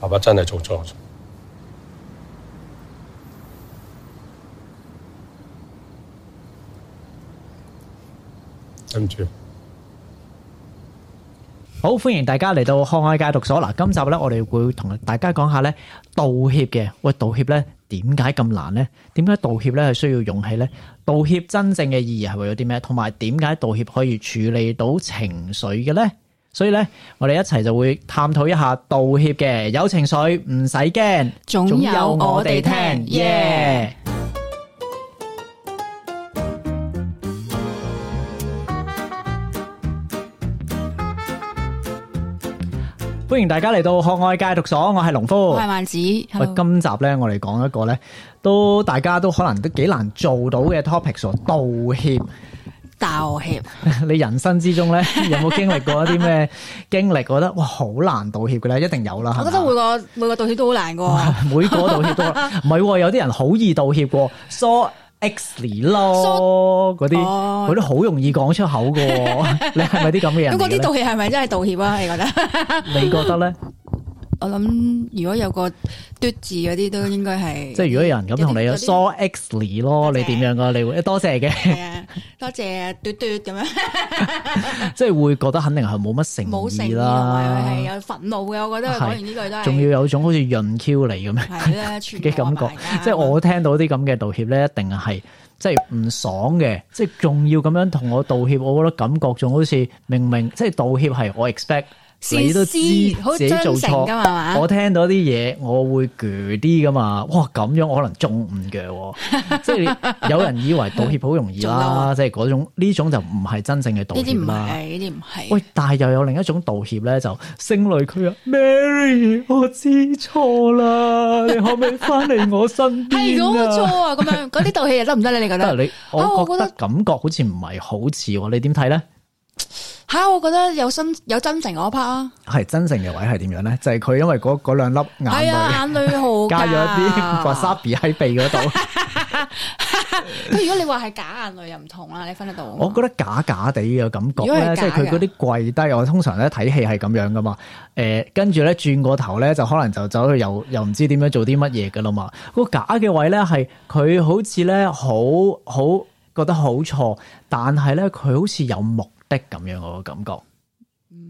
爸爸真係做錯咗。對唔住，好，歡迎大家嚟到康愛戒毒所。嗱，今集咧，我哋會同大家講下咧道歉嘅。喂，道歉咧點解咁難咧？點解道歉咧係需要勇氣咧？道歉真正嘅意義係為咗啲咩？同埋點解道歉可以處理到情緒嘅咧？所以咧，我哋一齊就會探討一下道歉嘅。有情緒唔使驚，總有我哋聽耶！歡迎大家嚟到學愛戒毒所，我係農夫，怪萬子，喂 hello，今集咧，我哋講一個咧，都大家都可能都幾難做到嘅 topic，喎道歉。 道歉，你人生之中咧，有冇經歷過一啲咩經歷？覺得哇，好難道歉嘅咧，一定有啦。係我嘛覺得每個每個道歉都好難噶，每個道歉都 唔係喎，有啲人好易道歉喎，so X 咯，嗰啲哦嗰啲好容易講出口嘅 喎。你 係咪啲咁嘅人咁嚟嗰嘅咧？啲道歉係咪真係道歉啊？你 覺得？你覺得 咧？我諗如果有個嘟字嗰啲都應該係，即係如果有人咁同你有啲 so X 咯，你點樣噶？你會多謝嘅。 係啊，多謝嘟嘟咁 樣，即係會覺得肯定係冇乜冇誠誠意意同埋係啦，有憤怒嘅，我覺得佢講完呢句都係，仲要有種好似潤 Q 你咁樣係 啦，全嘅感覺。即係我聽到啲咁嘅道歉咧，一定係即係唔爽嘅，即係仲要咁樣同我道歉，我覺得感覺仲好似明明即係道歉係我 expect。善你都知自己思好做真誠㗎錯嘛，我聽到啲嘢我會鋸啲噶嘛，哇咁樣我可能仲唔鋸 喎，即係有人以為道歉好容易仲嬲啦，啊即係嗰種呢種就唔係真正嘅道呢啲歉唔啦。係，呢啲唔係。喂，但係又有另一種道歉咧，就聲淚俱啊，Mary，我知錯 啦，你可唔可以翻嚟我身邊係咁冇錯啊？啊，咁樣嗰啲道歉又得唔得咧？你 覺得得？你，啊我我覺覺得得感覺好似唔係好似喎，你點睇咧？吓，我覺得有真有真誠嗰 part 啊，係真正嘅位係點樣咧？就係佢因為嗰嗰兩粒係眼淚啊，眼淚好加咗一啲㗎 wasabi 喺鼻嗰度，咁如果你話係假眼淚又唔同啦，你分得到啊嘛。我覺得假假地嘅感覺如果咧，係即假係佢嗰啲跪低，我通常咧睇戲係咁樣噶嘛。誒、跟住咧轉個頭咧，就可能就走去又又唔知點樣做啲乜嘢噶啦嘛。嗰個假嘅位咧係佢好似咧好好覺得好錯，但係咧佢好似有目的咁樣我個感覺。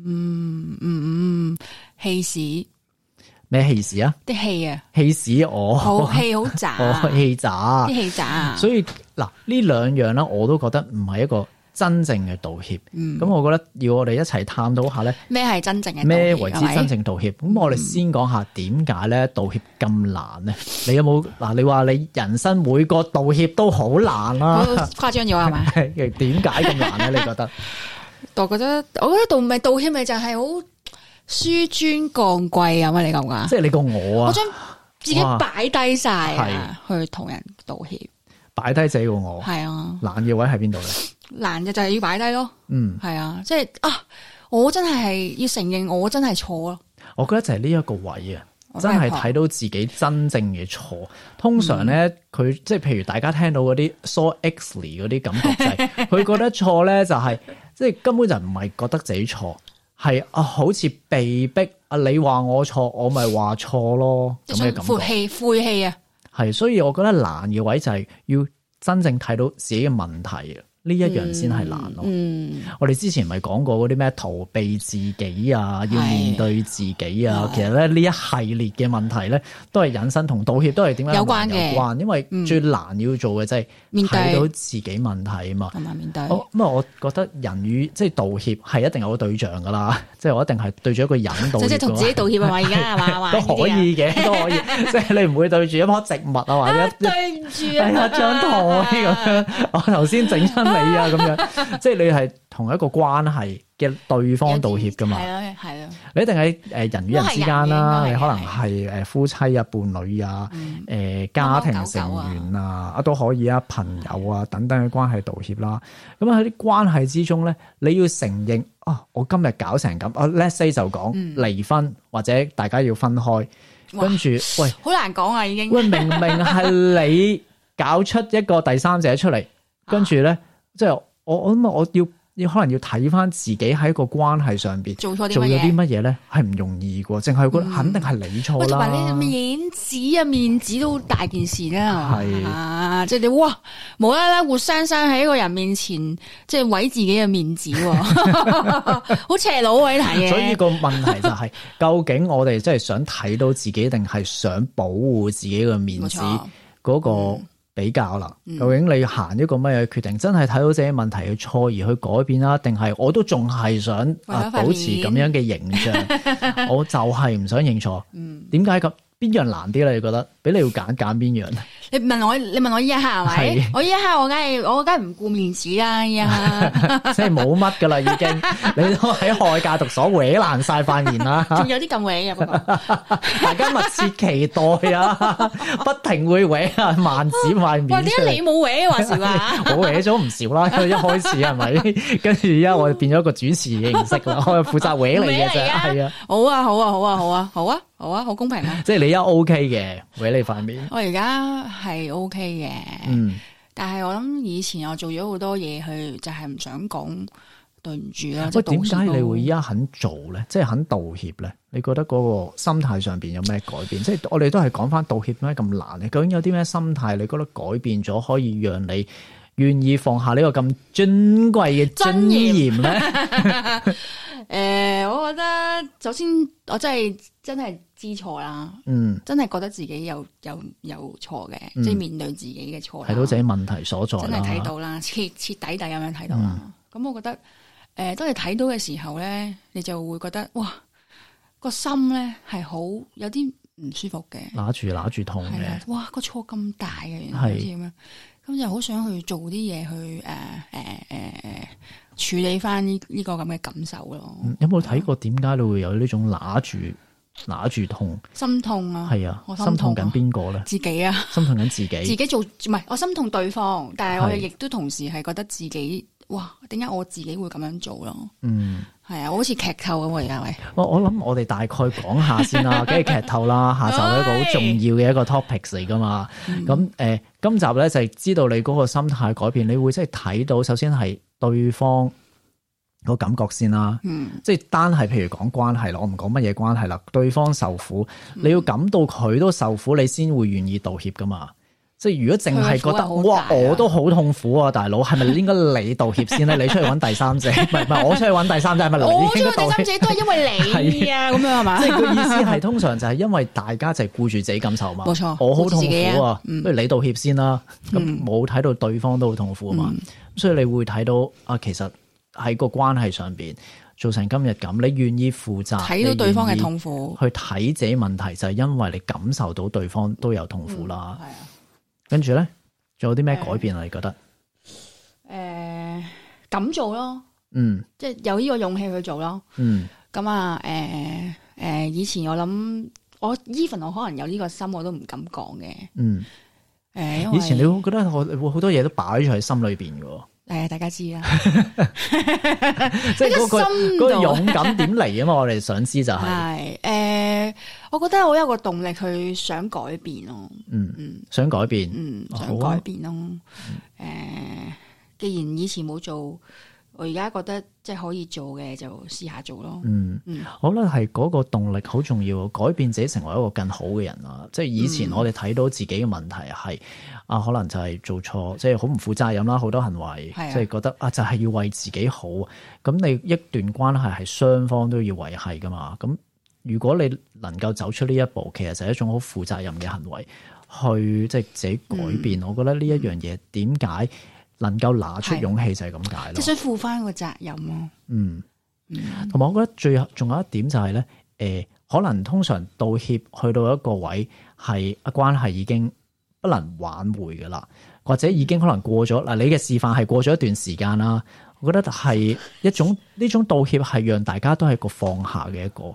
嗯嗯嗯，氣屎咩氣屎啊？哦啲氣啊，氣屎我，好氣好渣，我啲氣渣。氣渣。哦所以嗱呢兩樣咧，我都覺得唔係一個真正嘅道歉。咁、嗯我覺得要我哋一齊探討下咧。咩係真正嘅道歉咩為之係咪嗯真正道歉？咁我哋先講下點解咧道歉咁難咧？你有冇嗱？你話你人生每個道歉都好難啦、？好誇張咗係咪 點解咁難咧？你覺得？我覺得我覺得道咪道歉咪就係好紆尊降貴咁啊！你覺唔覺啊？即係你個我我啊，將自己哇擺低晒啊去同人道歉，擺低自己個我，係啊，難嘅位喺邊度咧？難嘅就係要擺低咯，嗯，係啊，即係啊，我真係要承認我真係錯咯，我覺得就係呢一個位啊。我真真係係睇到自己真正嘅錯。通常咧，嗯佢、即係譬如大家聽到嗰啲 so exly 嗰啲感覺就係、 佢覺得錯咧就係、即係根本就唔係覺得自己錯，係啊好似被逼啊你話我錯，我咪話錯咯咁即嘅係感想晦覺。氣晦氣啊！係，所以我覺得難嘅位就係要真正睇到自己嘅問題啊，呢一樣先係難咯。嗯，我哋之前咪講過嗰啲咩逃避自己啊，要係嗯面對自己啊，係其實咧呢一系列嘅問題咧，都係引申同道歉都係點解有關難嘅嗯有關，因為最難要做嘅就係面對睇到自己問題啊嘛。同埋面對我咁啊，我覺得人與即係道歉係一定有個對象噶啦， 即係我一定係對住一個人道就歉 即係㗎同嘛自己道歉啊嘛，而家係 嘛都可。以嘅，都啊可以，即係你唔會對住一樖植物啊或者一對唔住啊哎呀，張台咁 樣，我頭先整親你啊，咁 樣，即係你係同一個關係嘅對方道歉噶嘛係，啊係啊，你一定喺誒人與人之間啦，都係你人嘅應該係可能係誒夫妻啊、伴侶啊、嗯誒家庭成員啊，啊都可以啊，朋友啊等等嘅關係道歉啦。咁喺啲關係之中咧，你要承認啊，我今日搞成咁，啊 let's say 就講離婚或者大家要分開，跟住喂。好難講啊已經。喂，明明係啊你搞出一個第三者出嚟，跟住咧，即係我我諗我要要可能要睇翻自己喺個關係上邊做錯啲做咗啲乜嘢？嗯乜嘢咧，係唔容易嘅喎，淨係覺得肯定係你喂，錯同啦埋。你面子啊，面子都大件事啦，係係嘛？即係你哇，無啦啦活生生喺一個人面前，即係毀自己嘅面子喎， 好邪佬喎呢壇嘢。所以個問題就 係、究竟我哋真係想睇到自己，定係想保護自己嘅面子冇錯嗯嗰個比較啦？究竟你行一個乜嘢決定，真係睇到自己問題嘅錯而去改變啦，定係我都仲係想為咗啊塊保持咁樣嘅形 象，我就係唔想認錯。嗯點解咁？邊樣難啲咧？你覺得？俾你要揀揀 邊樣咧？你問我，你問我依一刻係咪係？我依一刻我梗係我梗係唔顧面子啦，依一 刻即係冇乜噶啦，已經你都喺外界讀所搲爛晒塊面啦。仲有啲咁位嘅不過。大家密切期待 啊！不停會搲啊，萬子塊喂，面點出解嚟。你冇位話時話？ 我搲咗唔少 啦，一開始係咪？跟住而家我變咗一個主持嘅形式 啦，我係負責搲你嘅啫，搲你啊係啊，好啊，好啊，好啊，好啊，好啊，好啊，好公平啊！即係你而家 OK 嘅，搲你塊面，我而家係 OK 嘅，嗯，但係我諗以前我做咗好多嘢，去就係唔想講對唔住啊啦。嗯即喂，係道歉點解你都會依家肯做咧？即係肯道歉咧？你覺得嗰個心態上邊有咩改變？即係我哋都係講翻道歉點解咁難咧？究竟有啲咩心態你覺得改變咗，可以讓你願意放下呢個咁尊貴嘅尊尊嚴咧？誒？我覺得首先我真係真係知錯啦，嗯。真係覺得自己有有有錯嘅，嗯即係面對自己嘅錯啦。睇到自己問題所在真啦係。睇到啦，徹徹底底咁樣睇到啦。嗯咁、我覺得，誒、當你睇到嘅時候咧，你就會覺得，哇，個心咧係好有啲唔舒服嘅，揦住揦住痛係啊嘅，，哇，個錯咁大嘅，原來好嗯似係咁樣，咁就好想去做啲嘢去誒誒誒誒處理翻呢呢個咁嘅感受咯，嗯有冇睇過點解你會有呢種揦住揦住痛？心痛啊，係啊我，心心痛痛啊緊邊個 咧？自己啊，心痛緊自自己。己做唔係我心痛對方，但係我係亦都同時係覺得自己，哇，點解我自己會咁樣做咯？嗯，系啊，我好似劇透咁喎，而家喂，我我諗我哋大概講下先 啦，梗係劇透啦，下集係一個好重要嘅一個 topics 嚟噶嘛。嗯咁誒、呃今集咧就係知道你嗰個心態改變，你會即係睇到首先係對方個感覺先啦。嗯，即係單係譬如講關係啦，我唔講乜嘢關係啦，對方受苦，你要感到佢都受苦，你先會願意道歉噶嘛。即係如果淨係覺佢得嘅苦係好哇大啊我都好痛苦啊，大佬係咪應該你道歉先咧？你出去揾第三者，唔係唔係我出去揾第三者，係咪我你中應意該道第歉三？者都係因為你啊，咁樣係嘛即？ 係個意思係通常就係因為大家就係顧住自己感受嘛。冇錯我好顧住痛自己苦啊啊，嗯不如你道歉先啦。咁冇睇到對方都好痛苦啊嘛，嗯所以你會睇到啊，其實喺個關係上邊造成今日咁，你願意負責，睇到對方嘅你願意痛苦，去睇自己問題，就係因為你感受到對方都有痛苦啦。係啊，跟住咧，仲有啲咩改變啊？你覺得？诶，嗯咁做咯，嗯即係有呢個勇氣去做咯。嗯咁啊，诶诶，誒以前我諗，我 even 我可能有呢個心，我都唔敢講嘅。嗯，诶，因為以前你會覺得我會好多嘢都擺咗喺心裏邊嘅喎，誒大家知啦，即係嗰個喺個心嗰度個勇敢點嚟啊嘛！我哋想知就 係。係诶，我覺得我有個動力去想改變咯。嗯，想改變，嗯，哦想好啊改變咯。誒、既然以前冇做，我而家覺得即係可以做嘅，就試下做咯。嗯，嗯好啦，係嗰個動力好重要，改變自己成為一個更好嘅人啊！即係以嗯前我哋睇到自己嘅問題係啊，可能就係做錯，即係好唔負責任啦，好多行為，係啊即係覺得啊，就係要為自己好。咁你一段關係係雙方都要維係噶嘛？咁如果你能夠走出呢一步，其實就係一種好負責任嘅行為，去即係自己改變。我覺得呢一樣嘢點解能夠拿出嗯係勇氣就係咁解咯即係。想負翻個責任咯。嗯。嗯，同埋我覺得最後仲有一點就係、咧，誒、可能通常道歉去到一個位係啊關係已經不能挽回嘅啦，或者已經可能過咗嗱，你嘅示範係過咗一段時間啦。我覺得係一種呢種道歉係讓大家都係個放下嘅一個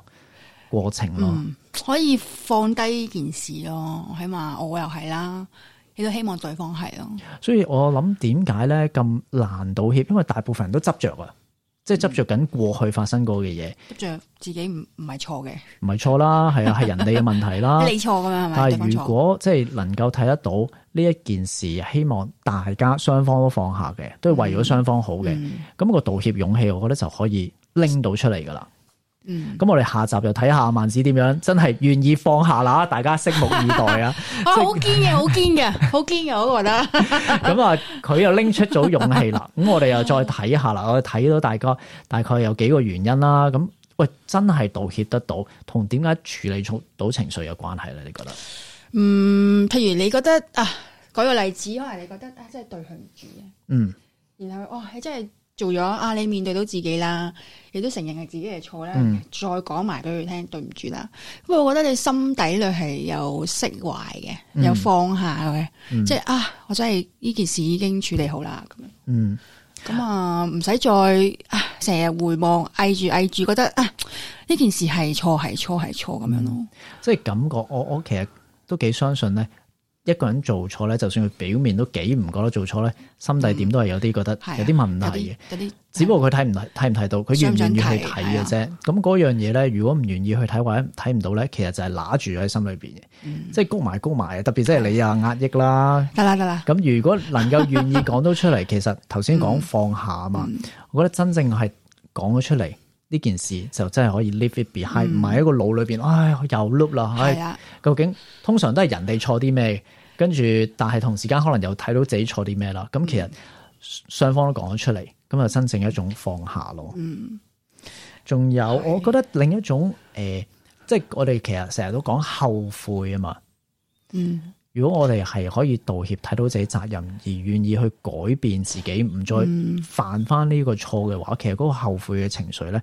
過程咯。嗯可以放低件事咯，起碼我又係啦，亦都希望對方係咯。所以我諗點解咧咁難道歉，因為大部分人都執着啊，即係執着緊過去發生過嘅嘢，執着自己唔唔系错嘅，唔係錯啦，係啊， 係人哋嘅問題啦。你錯噶嘛係咪？但對方係如錯果即係能夠睇得到呢一件事，希望大家雙方都放下嘅，都係為咗雙方好嘅，嗯咁、個道歉勇氣，我覺得就可以拎到出嚟噶啦。嗯，咁我哋下集就睇下萬子點樣真係願意放下啦，大家拭目以待 啊！啊好堅嘅，好堅嘅，好堅嘅，我覺得。咁啊，佢又拎出咗勇氣啦。咁我哋又再睇下啦，我哋睇到大概大概有幾個原因啦。咁喂，真係道歉得到，同點解處理到情緒有關係咧？你覺得？嗯，譬如你覺得啊，舉個例子，可能你覺得啊，真係對佢唔住嘅，嗯然後哦，你真係做咗啊，你面對到自己啦，亦都承認係自己嘅錯啦，嗯再講埋俾佢聽對唔住啦。咁我覺得你心底裏係有釋懷嘅，嗯有放下嘅，嗯即係啊，我真係呢件事已經處理好啦，咁樣。嗯，咁啊，唔使再啊，成日回望，翳住翳住，覺得啊，呢件事係錯係錯係錯咁樣咯。即係感覺，我我其實都幾相信咧。一個人做錯咧，就算佢表面都幾唔覺得做錯咧，心底點都係有啲覺嗯得係啊有啲問題嘅有。啲有啲，只不過佢睇唔睇睇唔睇到，佢願唔願意去睇嘅啫。啊咁嗰樣嘢咧，如果唔願意去睇或者睇唔到咧，其實就係揦住喺心裏邊嘅，嗯即係谷埋谷埋。特別即係你啊壓抑啦。得啦得啦，咁如果能夠願意講到出嚟，其實頭先嗯講放下啊嘛，我覺得真正係講咗出嚟呢件事就真係可以 leave it behind，唔係喺個腦裏邊，唉又 loop 啦，嗯係唉啊，究竟通常都係人哋錯啲咩，跟住但係同時間可能又睇到自己錯啲咩啦。咁其嗯實雙方都講咗出嚟，咁就真正一種放下咯。嗯仲有我覺得另一種誒、即係我哋其實成日都講後悔啊嘛。嗯，如果我哋係可以道歉，睇到自己責任，而願意去改變自己，唔再嗯犯翻呢個錯嘅話，其實嗰個後悔嘅情緒咧，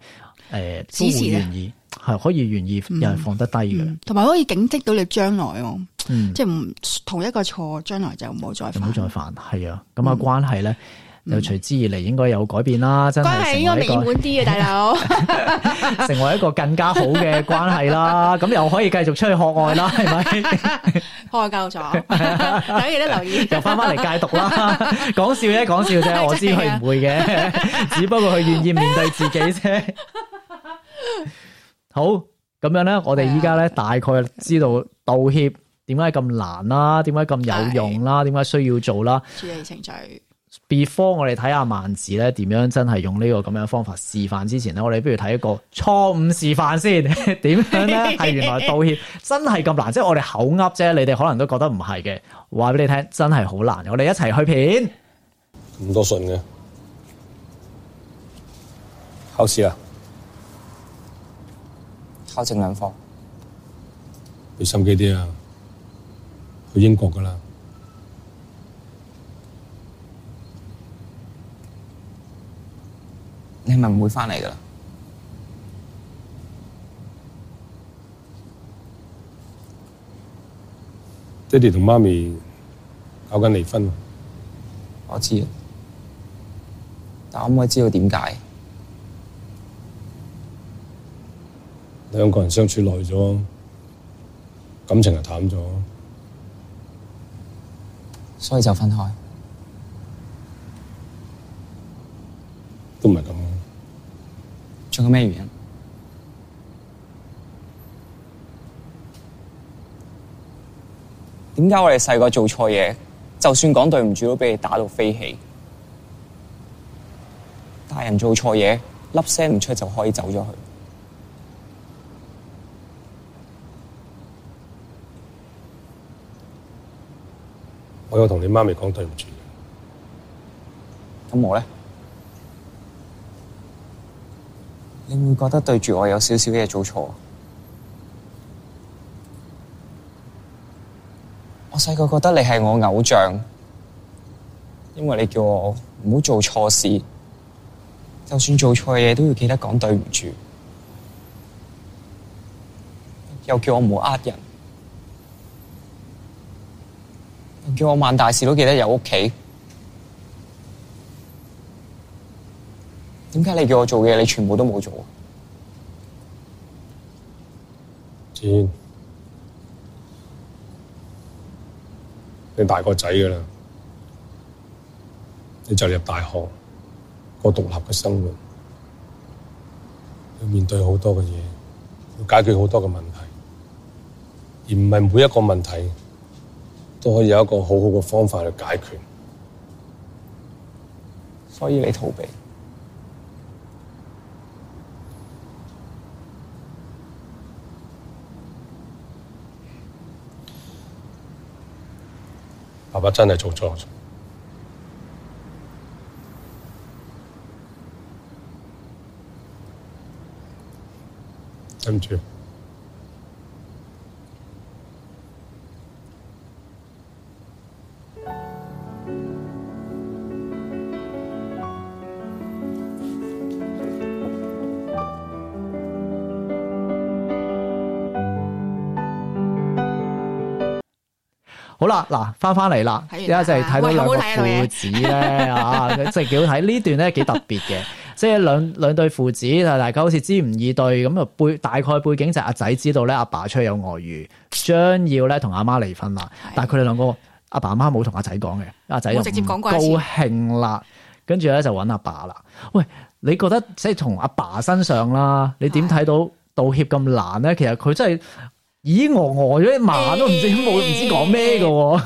誒、都支持會嘅願意係可以願意又係放得低嘅，嗯同埋可以警惕到你將來喎，嗯，即係唔同一個錯，將來就唔好再唔犯好。再犯，係啊，咁啊嗯關係咧就隨之而嚟應該有改變啦，真關係係應成該為美一個滿啲嘅，啊大 佬。成為一個更加好嘅關係啦，咁又可以繼續出去學愛啦，係咪？開 夠咗，大家記得留 意。又翻翻嚟戒毒啦， 講笑啫，講笑啫，我知佢唔會嘅， 只不過佢願意面對自己啫。 好，咁樣咧，我哋依家咧大概知道道歉點解咁難啦，點解咁有用啦，點解需要做啦。處理程序， Before 我哋睇下萬字咧點樣真係用呢個咁樣方法示範之前咧，我哋不如睇一個錯誤示範先， 點樣咧？係原來道歉真係咁難，即係我哋口噏啫，你哋可能都覺得唔係嘅，話俾你聽真係好難。我哋一齊去片。咁多信嘅，考試啊啦，考正兩科，俾心機啲啊，去英國噶啦，你係咪唔會翻嚟噶啦？爹哋同媽咪搞緊離婚，我知，但我可唔可以知道點解？兩個人相處耐咗，感情就淡咗，所以就分開。都唔係咁嘅。仲有咩原因？點解我哋細個做錯嘢，就算講對唔住都俾你打到飛起？大人做錯嘢，粒聲唔出就可以走咗去。我有同你媽咪講對唔住嘅，咁我咧，你會覺得對住我有少少嘢做錯啊？我細個覺得你係我偶像，因為你叫我唔好做錯事，就算做錯嘢都要記得講對唔住，又叫我唔好呃人，又叫我萬大事都記得有屋企。點解你叫我做嘅嘢，你全部都冇做啊？子軒，你大個仔噶啦，你就入大學，過獨立嘅生活，要面對好多嘅嘢，要解決好多嘅問題，而唔係每一個問題都可以有一個好好嘅方法去解決。所以你逃避。爸爸真係做錯咗，對唔住，好啦，嗱，翻翻嚟啦，睇完而家就係睇到喂兩好個好睇啊父子 咧啊，即係幾好睇。呢段咧幾特別嘅，即係兩兩對父子，但係大家好似知唔以對咁啊。背大概背景就係阿仔知道咧，阿爸出去有外遇，將要咧同阿媽離婚啦。但係佢哋兩個阿爸阿媽冇同阿仔講嘅，阿仔就冇直接講唔過高一次興啦，跟住咧就揾阿爸啦。喂，你覺得即係從阿爸身上啦，你點睇到道歉咁難咧？其實佢真係咦我呆咗一晚都唔知冇唔知講咩嘅喎。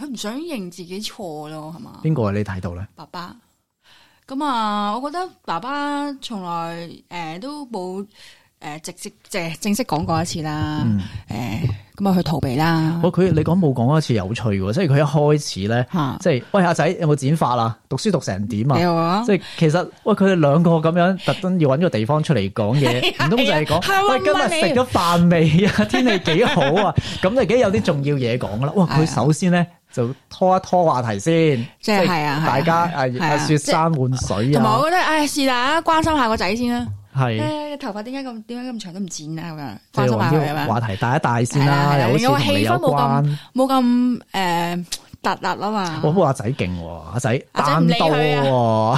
佢唔想認自己錯咯，係嘛？邊個你睇到咧？爸爸。咁啊，我覺得爸爸從來誒、呃都冇誒、呃直接正正式講過一次啦。嗯誒咁啊，去逃避啦。我哦佢你講冇講一次有趣喎，即係佢一開始咧，嚇即係喂阿仔有冇剪髮啊？讀書讀成點你啊？話即係其實喂佢哋兩個咁樣特登要揾個地方出嚟講 係嘢，啊唔通就係係啊講喂今係啊日食咗飯未啊？ 天氣幾好啊？咁就已經有啲重要嘢講啦。哇！係佢啊首先咧就拖一拖話題先，即係係啊係啊大家係誒啊誒雪山換水同埋啊我，覺得，唉，是但關心下個仔先啦。誒、係你頭髮點解咁點解咁長都唔剪啊？即咁樣係關心下揾佢啲啊嘛，話題帶一帶先係啊啦，係又啊好似個同你氣有氛冇咁關。冇咁誒突突啊嘛。我不過阿仔勁喎，阿仔阿仔唔單理刀佢喎，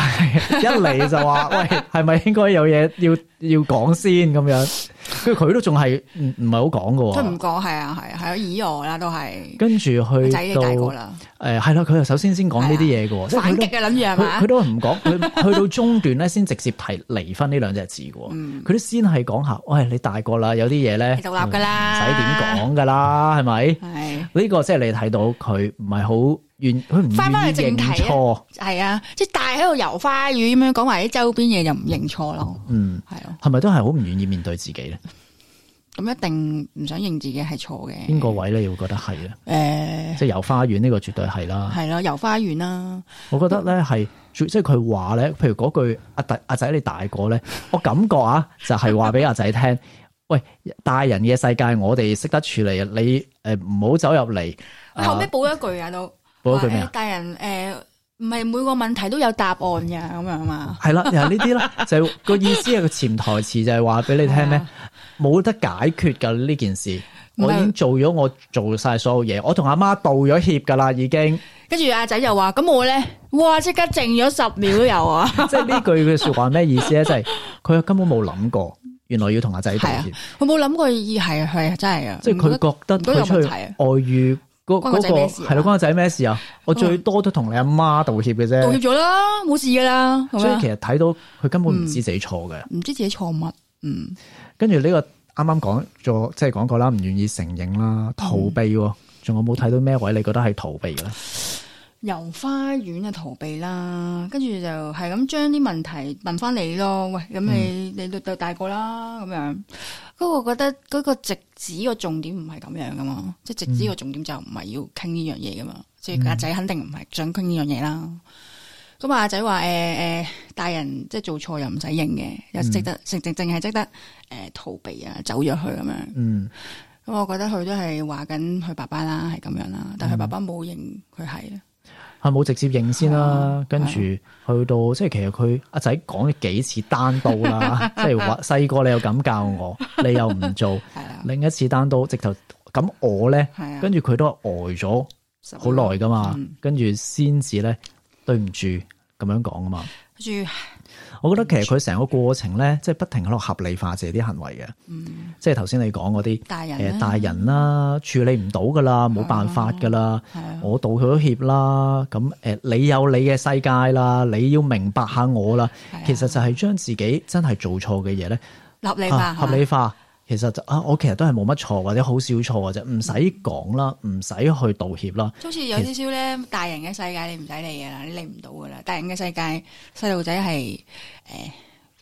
一嚟就 話喂，係咪應該有嘢要要講先咁樣？跟住佢都仲係唔唔係好講佢嘅喎。唔講係啊係啊係啊，耳我啦都係。跟住去仔你到大個誒啦，係啦，佢就首先先講呢啲嘢嘅喎，即係反佢都擊嘅諗住佢係佢嘛？都唔 講，佢去到中段咧先直接提離婚呢兩隻字嘅喎，嗯佢都先係講下，喂你大個啦，有啲嘢咧你獨立㗎啦唔使點講㗎啦，係咪？係。呢個即係你睇到佢唔係好願，佢唔返返去願意正認題啊錯。系啊，即系大喺度游花園咁樣講埋啲周邊嘢就唔認錯咯，嗯，係咯，係咪都係好唔願意面對自己咧？咁一定唔想認自己係錯嘅。邊個位咧，你會覺得係咧？诶，即係遊花園呢個絕對係啦。系咯，游花園啦，我覺得咧係，即係佢話咧，譬如嗰句阿弟阿仔你大個咧，我感覺啊，就係話俾阿仔聽， 喂，大人嘅世界我哋識得處理，啊你誒唔好走入嚟。佢後尾啊補一句啊都，補一句咩話啊誒？大人诶，唔係每個問題都有答案㗎，咁樣啊嘛，係啦，又係呢啲啦， 就係個意思係個潛台詞就係話俾你聽係咩啊？冇得解決㗎呢件事，唔係我已經做咗我做晒所有嘢，我同阿媽道咗歉㗎啦，已經。跟住阿仔就話：咁我咧，哇，即刻靜咗十秒都有啊， 即係呢句嘅说話咩意思咧？就係佢根本冇諗過，原來要同阿仔道歉，佢冇諗過意係係真係啊，即係佢覺得唔覺得佢有出去問題啊外遇嗰關嗰個個仔咩事啊嗯係咯，關個仔咩事啊？我最多都同你阿媽道歉嘅道歉啊啫，咗啦，冇事㗎啦，咁所以樣其實睇到佢根本唔知自己錯嘅。唔知自己錯乜，嗯，跟住呢個啱啱講咗，即係講過啦，唔願意承認啦，逃避嗯喎。仲有冇睇到咩位？你覺得係逃避嘅咧？遊花園啊逃避啦，跟住就係咁將啲問題問翻你咯。喂，咁你、你到到大個啦，咁樣。不過我覺得嗰個直指個重點唔係咁樣噶嘛，即係直指個重點就唔係要傾呢樣嘢噶嘛。即係阿仔肯定唔係想傾呢樣嘢啦。咁阿仔話誒誒，大人即係做錯又唔使認嘅，又值得淨淨淨係值得誒、呃逃避啊，走咗去咁樣。嗯，咁我覺得佢都係話緊佢爸爸啦，係咁樣啦，但係佢爸爸冇認佢係啦。係啊冇直接認先啦啊，跟住去到即係其實佢阿仔講咗幾次單刀 啦，即係話細個你又咁教我，你又唔做。係啊，另一次單刀直頭咁我咧，係啊，跟住佢都係呆咗好耐噶嘛嗯，跟住先至咧對唔住，咁樣講啊嘛。跟住我覺得其實佢成個過程咧，即係不停喺度合理化自己啲行為嘅，嗯即係頭先你講嗰啲大人啊誒啦大人啦，處理唔到噶啦，冇辦法噶啦，啊我道佢咗歉啦，咁誒你有你嘅世界啦，你要明白下我啦係啊，其實就係將自己真係做錯嘅嘢咧。立你啊化，合理化。其實就啊，我其實都係冇乜錯或者好少錯嘅啫，唔使講啦，唔使去道歉啦。好似有少少咧，大人嘅世界你唔使理嘅啦，你理唔到噶啦。大人嘅世界，細路仔係诶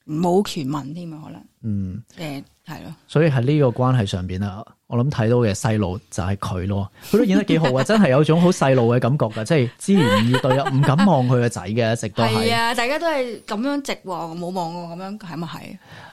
冇權問添啊，可能嗯，诶係咯，所以喺呢個關係上邊啦，我諗睇到嘅細路就係佢咯，佢都演得幾 好啊！真係有種好細路嘅感覺㗎，即係知言以對啊，唔敢望佢個仔嘅，一直都係係。啊，大家都係咁樣直喎，冇望我咁樣，係咪係？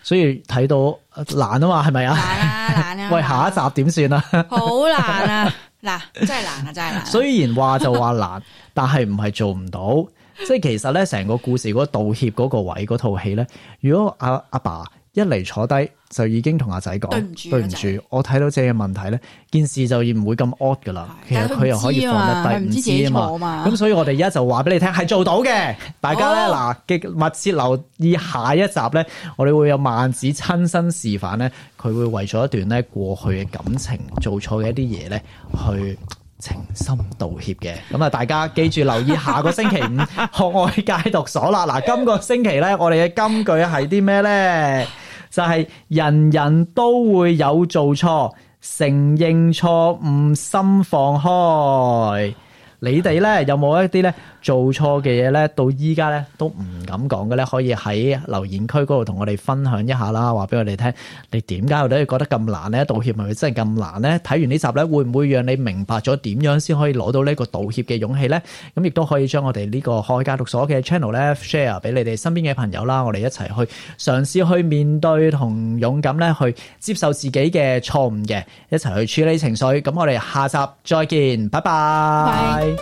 所以睇到啊難啊嘛，係咪啊？難啊難啊！喂，下一集點算啊？ 好難啊！嗱，真係難啊，真 係難啊。雖然話就話難，但係唔係做唔到。即係其實咧，成個故事嗰個道歉嗰個位嗰套戲咧，如果阿阿爸一嚟坐低就已經同阿仔講對唔住對唔阿仔住，我睇到自己嘅問題咧，件事就唔會咁 odd 噶啦。其實但係佢佢唔又可以知啊放嘛得佢低，唔知自己錯嘛。啊嘛咁所以我哋而家就話俾你聽，係做到嘅。大家咧嗱哦，嘅密切留意下一集咧，我哋會有萬子親身示範咧，佢會為咗一段咧過去嘅感情做錯嘅一啲嘢咧，去情深道歉嘅。咁啊，大家記住留意下個星期五學愛戒毒所啦。嗱，今個星期咧，我哋嘅金句係啲咩咧？就係人人都會有做錯，承認錯誤，心放開。你哋咧有冇一啲咧做錯嘅嘢咧，到依家咧都唔敢講嘅咧，可以喺留言區嗰度同我哋分享一下啦，話俾我哋聽，你點解我哋覺得咁難咧？道歉係咪真係咁難咧？睇完呢集咧，會唔會讓你明白咗點樣先可以攞到呢個道歉嘅勇氣咧？咁亦都可以將我哋呢個開戒毒所嘅 channel 咧 share 俾你哋身邊嘅朋友啦，我哋一齊去嘗試去面對同勇敢咧去接受自己嘅錯誤嘅，一齊去處理情緒。咁我哋下集再見，拜拜。拜